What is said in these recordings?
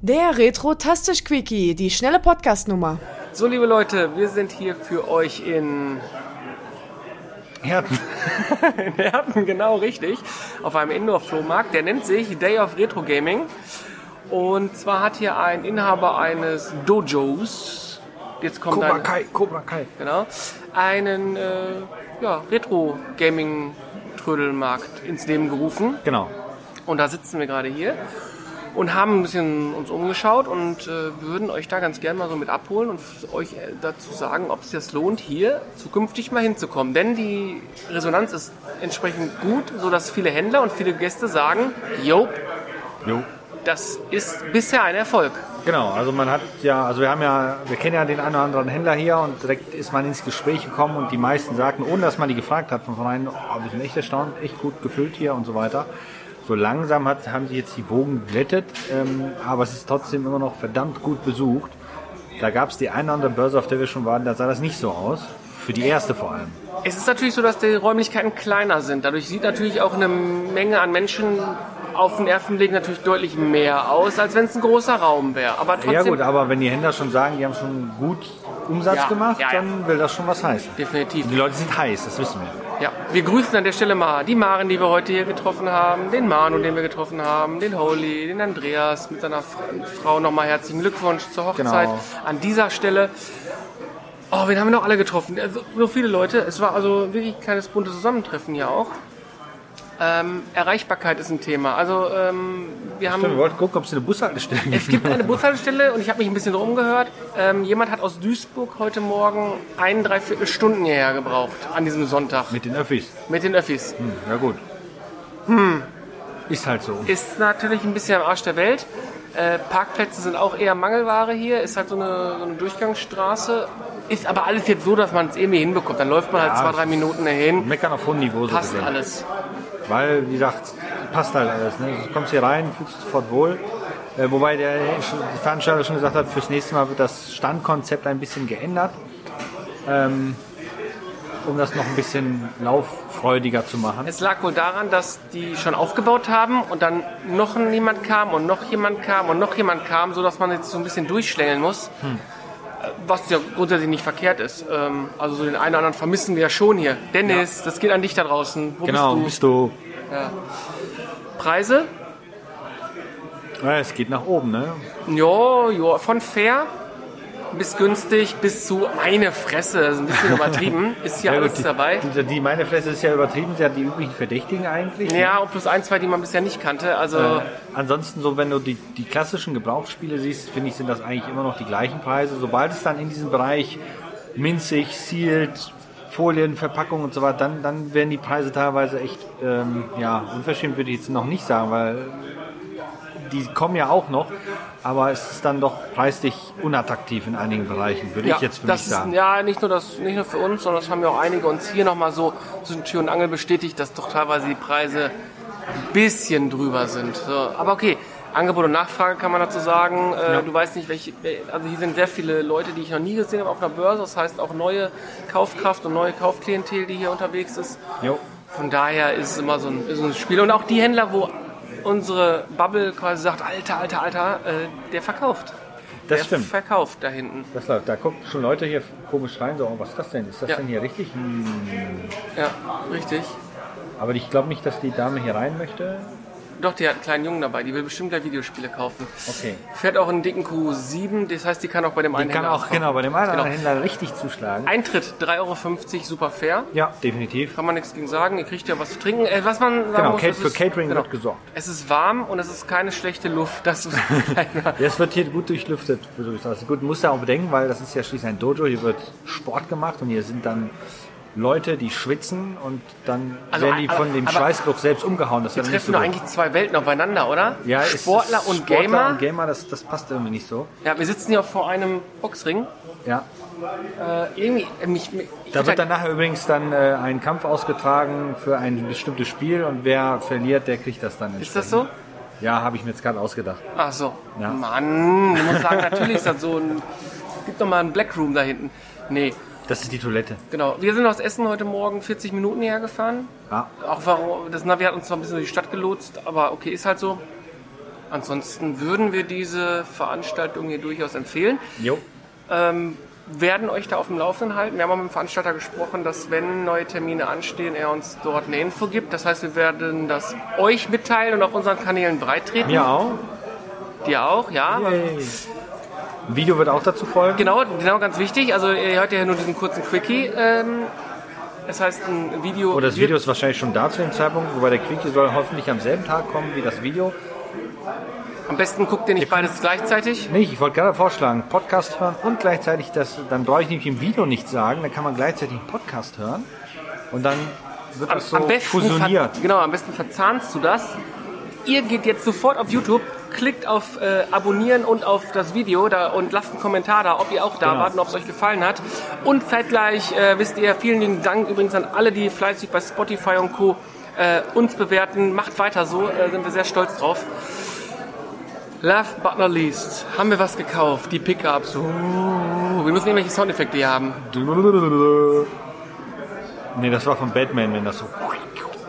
Der Retro-Tastisch-Quickie, die schnelle Podcast-Nummer. So, liebe Leute, wir sind hier für euch in Herten. in Herten, genau richtig, auf einem Indoor-Flohmarkt. Der nennt sich Day of Retro Gaming. Und zwar hat hier ein Inhaber eines Dojos, jetzt kommt Cobra ein, Kai, Cobra Kai. genau, einen äh, ja, Retro-Gaming-Trödelmarkt ins Leben gerufen. Genau. Und da sitzen wir gerade hier und haben ein bisschen uns umgeschaut und äh, würden euch da ganz gerne mal so mit abholen und f- euch äh, dazu sagen, ob es sich das lohnt, hier zukünftig mal hinzukommen. Denn die Resonanz ist entsprechend gut, sodass viele Händler und viele Gäste sagen, jo, Jo. das ist bisher ein Erfolg. Genau, also man hat ja, also wir haben ja, wir kennen ja den einen oder anderen Händler hier und direkt ist man ins Gespräch gekommen und die meisten sagten, ohne dass man die gefragt hat, von vornherein, oh, wir sind echt erstaunt, echt gut gefüllt hier und so weiter. So langsam hat, haben sie jetzt die Wogen glättet, ähm, aber es ist trotzdem immer noch verdammt gut besucht. Da gab es die eine oder andere Börse, auf der wir schon waren, da sah das nicht so aus. Für die erste vor allem. Es ist natürlich so, dass die Räumlichkeiten kleiner sind. Dadurch sieht natürlich auch eine Menge an Menschen auf den ersten Blick natürlich deutlich mehr aus, als wenn es ein großer Raum wäre. Aber trotzdem Ja gut, aber wenn die Händler schon sagen, die haben schon gut Umsatz Ja, gemacht, ja, ja. dann will das schon was heißen. definitiv. Die Leute sind heiß, das wissen wir. Ja, wir grüßen an der Stelle mal die Maren, die wir heute hier getroffen haben, den Manu, den wir getroffen haben, den Holy, den Andreas mit seiner Fra- Frau nochmal herzlichen Glückwunsch zur Hochzeit. Genau. An dieser Stelle. Oh, wen haben wir noch alle getroffen? Also, so viele Leute. Es war also wirklich ein kleines buntes Zusammentreffen hier auch. Ähm, Erreichbarkeit ist ein Thema. Also ähm, wir haben Stimmt, wir wollten gucken, ob es eine Bushaltestelle gibt. es gibt eine Bushaltestelle und ich habe mich ein bisschen rumgehört. Ähm, jemand hat aus Duisburg heute Morgen ein, dreiviertel Stunden hierher gebraucht an diesem Sonntag Mit den Öffis. mit den Öffis. Hm, ja gut. Hm. Hm. Ist halt so. ist natürlich ein bisschen am Arsch der Welt. Äh, Parkplätze sind auch eher Mangelware hier, ist halt so eine, so eine Durchgangsstraße. Ist aber alles jetzt so, dass man es irgendwie hinbekommt. Dann läuft man halt Ja, zwei, es drei ist- Minuten dahin, Meckern auf hohem Niveau so passt gesehen. alles. Weil, wie gesagt, passt halt alles. Ne? Du kommst hier rein, fühlst dich sofort wohl. Äh, wobei der die Veranstalter schon gesagt hat, fürs nächste Mal wird das Standkonzept ein bisschen geändert. Ähm, um das noch ein bisschen lauffreudiger zu machen. Es lag wohl daran, dass die schon aufgebaut haben und dann noch jemand kam und noch jemand kam und noch jemand kam, sodass man jetzt so ein bisschen durchschlängeln muss. Hm. Äh, Was ja grundsätzlich nicht verkehrt ist. Ähm, Also so den einen oder anderen vermissen wir ja schon hier. Dennis, das geht an dich da draußen. Wo Genau, bist bist du. du? Preise? Ja, es geht nach oben, ne? Ja, ja, von fair bis günstig bis zu meine Fresse, das ist ein bisschen übertrieben, ist hier Ja, alles gut, die, dabei. Die, die meine Fresse ist ja übertrieben, sie hat die üblichen Verdächtigen eigentlich. ne? Ja, und plus ein, zwei, die man bisher nicht kannte, also Äh, ansonsten, so wenn du die, die klassischen Gebrauchsspiele siehst, finde ich, sind das eigentlich immer noch die gleichen Preise. Sobald es dann in diesem Bereich minzig, sealed, Folien, Verpackung und so weiter, dann, dann werden die Preise teilweise echt, ähm, ja, unverschämt würde ich jetzt noch nicht sagen, weil die kommen ja auch noch, aber es ist dann doch preislich unattraktiv in einigen Bereichen, würde ja, ich jetzt für das mich ist, sagen. ja, nicht nur das, nicht nur für uns, sondern das haben ja auch einige uns hier nochmal so zwischen Tür und Angel bestätigt, dass doch teilweise die Preise ein bisschen drüber sind. So, aber okay. Angebot und Nachfrage kann man dazu sagen. Äh, Du weißt nicht, welche. Also hier sind sehr viele Leute, die ich noch nie gesehen habe auf einer Börse. Das heißt auch neue Kaufkraft und neue Kaufklientel, die hier unterwegs ist. Jo. Von daher ist es immer so ein, ist ein Spiel. Und auch die Händler, wo unsere Bubble quasi sagt, alter, alter, alter, äh, der verkauft. Das der stimmt. verkauft da hinten. Das läuft. Da gucken schon Leute hier komisch rein, so, oh, was ist das denn? Ist das Ja. denn hier richtig? Hm. Ja, richtig. Aber ich glaube nicht, dass die Dame hier rein möchte. Doch, die hat einen kleinen Jungen dabei, die will bestimmt gleich Videospiele kaufen. Okay. Fährt auch einen dicken Q7, das heißt, die kann auch bei dem einen kann Händler auch kaufen. genau bei dem einen oder anderen Genau. Händler richtig zuschlagen. Eintritt 3,50 Euro, super fair. Ja, definitiv. Kann man nichts gegen sagen, ihr kriegt ja was zu trinken. Äh, was man sagen Genau, muss, Cat- es für ist- Catering wird gesorgt. Es ist warm und es ist keine schlechte Luft. Das ist Das wird hier gut durchlüftet. so wie es aussieht. Gut, muss ja auch bedenken, weil das ist ja schließlich ein Dojo. Hier wird Sport gemacht und hier sind dann Leute, die schwitzen und dann Also, werden die aber- von dem aber- Schweißgeruch selbst umgehauen. Das wir treffen doch eigentlich zwei Welten aufeinander, oder? ja, es ist- Sportler und Sportler Gamer. und Gamer, das, das passt irgendwie nicht so. Ja, wir sitzen hier vor einem Boxring. Ja. Äh, irgendwie, äh, mich, mich, ich Da find wird halt- dann nachher übrigens dann äh, ein Kampf ausgetragen für ein bestimmtes Spiel und wer verliert, der kriegt das dann. Ist das entsprechend. so? Ja, habe ich mir jetzt gerade ausgedacht. Ach so. Ja. Mann, ich muss sagen, natürlich ist das so ein. Gibt noch mal einen Black Room da hinten. Nee, Das ist die Toilette. genau. Wir sind aus Essen heute Morgen 40 Minuten hierher gefahren. Ja. Auch warum, das Navi hat uns zwar ein bisschen durch die Stadt gelotst, aber okay, ist halt so. Ansonsten würden wir diese Veranstaltung hier durchaus empfehlen. Jo. werden euch da auf dem Laufenden halten. Wir haben auch mit dem Veranstalter gesprochen, dass wenn neue Termine anstehen, er uns dort eine Info gibt. Das heißt, wir werden das euch mitteilen und auf unseren Kanälen breittreten. Mir auch. Dir auch, ja. Yay. Ein Video wird auch dazu folgen. Genau, genau, ganz wichtig. Also ihr hört ja nur diesen kurzen Quickie. Ähm, das heißt, ein Video... Oder das Video ist wahrscheinlich schon da zu dem Zeitpunkt, wobei der Quickie soll hoffentlich am selben Tag kommen wie das Video. Am besten guckt ihr nicht beides gleichzeitig. Nee, ich wollte gerade vorschlagen, Podcast hören und gleichzeitig das, dann brauche ich nämlich im Video nichts sagen, dann kann man gleichzeitig einen Podcast hören und dann wird das so fusioniert. ver- Genau, am besten verzahnst du das. Ihr geht jetzt sofort auf YouTube, klickt auf äh, Abonnieren und auf das Video da und lasst einen Kommentar da, ob ihr auch da Genau. wart und ob es euch gefallen hat. Und zeitgleich äh, wisst ihr, vielen lieben Dank übrigens an alle, die fleißig bei Spotify und Co. Äh, uns bewerten. Macht weiter so, äh, sind wir sehr stolz drauf. Last but not least, haben wir was gekauft, die Pickups. Uh, wir müssen irgendwelche Soundeffekte hier haben. Nee, das war von Batman, wenn das so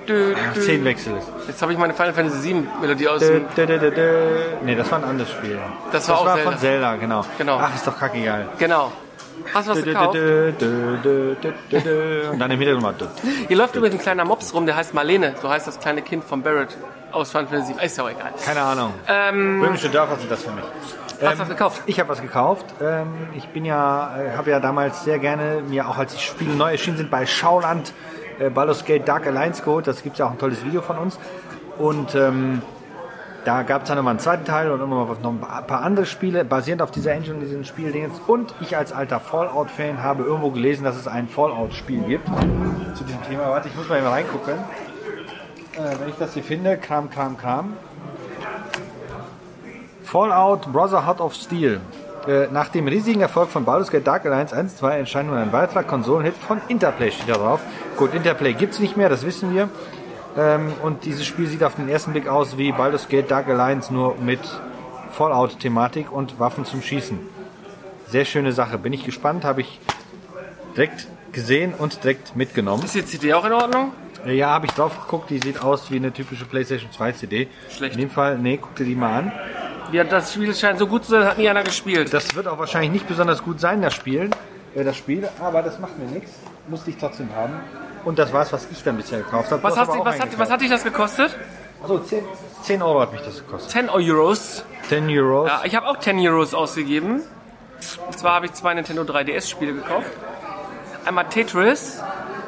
Dö, dö. Szenenwechsel ist. Jetzt habe ich meine Final Fantasy 7 Melodie aus Dö, dem dö, dö, dö, dö. Nee, das war ein anderes Spiel. Das war auch Zelda. von Zelda, genau. Genau. Ach, ist doch kacke geil. Genau. Hast du was gekauft? Und dann im Hintergrund mal. Hier läuft übrigens ein kleiner Mops rum, der heißt Marlene. So heißt das kleine Kind von Barrett aus Final Fantasy. VII. Ist ja auch egal. Keine Ahnung. Römische Dörfer sind das für mich. Ähm, Ähm, Hast du was gekauft? Ich habe was gekauft. Ähm, ich bin ja, äh, habe ja damals sehr gerne mir auch als die Spiele neu erschienen sind bei Schauland äh, Baldur's Gate Dark Alliance geholt. Das gibt ja auch ein tolles Video von uns. Und ähm, da gab es dann nochmal einen zweiten Teil und immer noch ein paar paar andere Spiele basierend auf dieser Engine und diesen Spieldingens. Und ich als alter Fallout-Fan habe irgendwo gelesen, dass es ein Fallout-Spiel gibt. Zu diesem Thema. Warte, ich muss mal eben reingucken. Äh, wenn ich das hier finde, Kram, Kram, Kram. Fallout Brotherhood of Steel. Äh, Nach dem riesigen Erfolg von Baldur's Gate Dark Alliance 1 und 2 erscheint nun ein weiterer Konsolenhit von Interplay, steht da drauf. Gut, Interplay gibt's nicht mehr, das wissen wir. Ähm, Und dieses Spiel sieht auf den ersten Blick aus wie Baldur's Gate Dark Alliance, nur mit Fallout-Thematik und Waffen zum Schießen. Sehr schöne Sache, bin ich gespannt, habe ich direkt gesehen und direkt mitgenommen. Äh, Ist die CD auch in Ordnung? Ja, habe ich drauf geguckt, die sieht aus wie eine typische PlayStation 2 CD. Schlecht. In dem Fall, nee, guck dir die mal an. Ja, das Spiel scheint so gut zu sein, hat nie einer gespielt. Das wird auch wahrscheinlich nicht besonders gut sein, das Spiel. Äh, das Spiel, aber das macht mir nichts. Musste ich trotzdem haben. Und das war's, was ich dann bisher gekauft habe. was, Du hast hast du, aber was, auch hat, was eingekauft. hat dich das gekostet? Achso, 10, 10 Euro hat mich das gekostet. 10 Euros. 10 Euro. Ja, ich habe auch 10 Euros ausgegeben. Und zwar habe ich zwei Nintendo 3DS-Spiele gekauft. Einmal Tetris.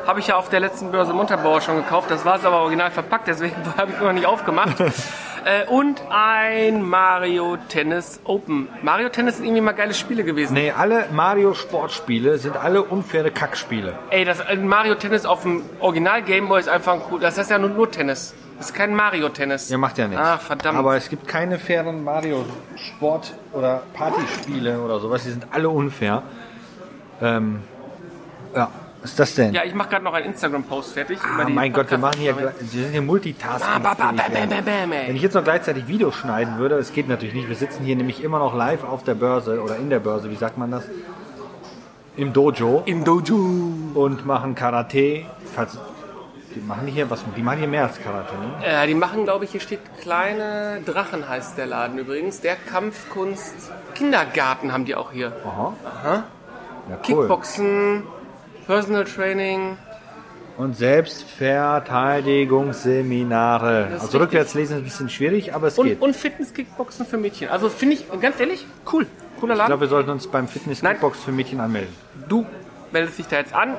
Habe ich ja auf der letzten Börse Montabaur schon gekauft. Das war es aber original verpackt, deswegen habe ich noch nicht aufgemacht. äh, und ein Mario Tennis Open. Mario Tennis sind irgendwie mal geile Spiele gewesen. Nee, alle Mario Sportspiele sind alle unfaire Kackspiele. Ey, das äh, Mario Tennis auf dem Original Gameboy ist einfach cool. Das heißt ja nur, nur Tennis. Das ist kein Mario Tennis. Ja, macht ja nichts. Ah, verdammt. Aber es gibt keine fairen Mario Sport- oder Partyspiele oder sowas. Die sind alle unfair. Ähm, ja, was ist das denn? ja, ich mache gerade noch einen Instagram-Post fertig. Ah, mein Gott, wir machen hier, wir sind hier Bam, Multitasking. bam, bam, bam, bam, bam, ey. Wenn ich jetzt noch gleichzeitig Video schneiden würde, das geht natürlich nicht. Wir sitzen hier nämlich immer noch live auf der Börse oder in der Börse, wie sagt man das? Im Dojo Im Dojo. und machen Karate. Falls, die machen hier was, die machen hier mehr als Karate. Ne? Äh, die machen, glaube ich, hier steht kleine Drachen heißt der Laden übrigens. Der Kampfkunst Kindergarten haben die auch hier. Aha. Ja, cool. Kickboxen, Personal Training. Und Selbstverteidigungsseminare. ist Also richtig. rückwärts lesen ist ein bisschen schwierig, aber es Und, geht. und Fitness-Kickboxen für Mädchen. Also finde ich, ganz ehrlich, cool. Cooler ich Laden. glaube, wir sollten uns beim Fitness-Kickbox für Mädchen anmelden. du meldest dich da jetzt an.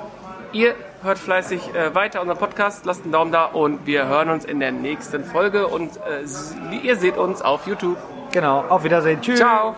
Ihr hört fleißig äh, weiter unseren Podcast, lasst einen Daumen da und wir hören uns in der nächsten Folge und äh, s- ihr seht uns auf YouTube. Genau, auf Wiedersehen. Tschüss. Ciao!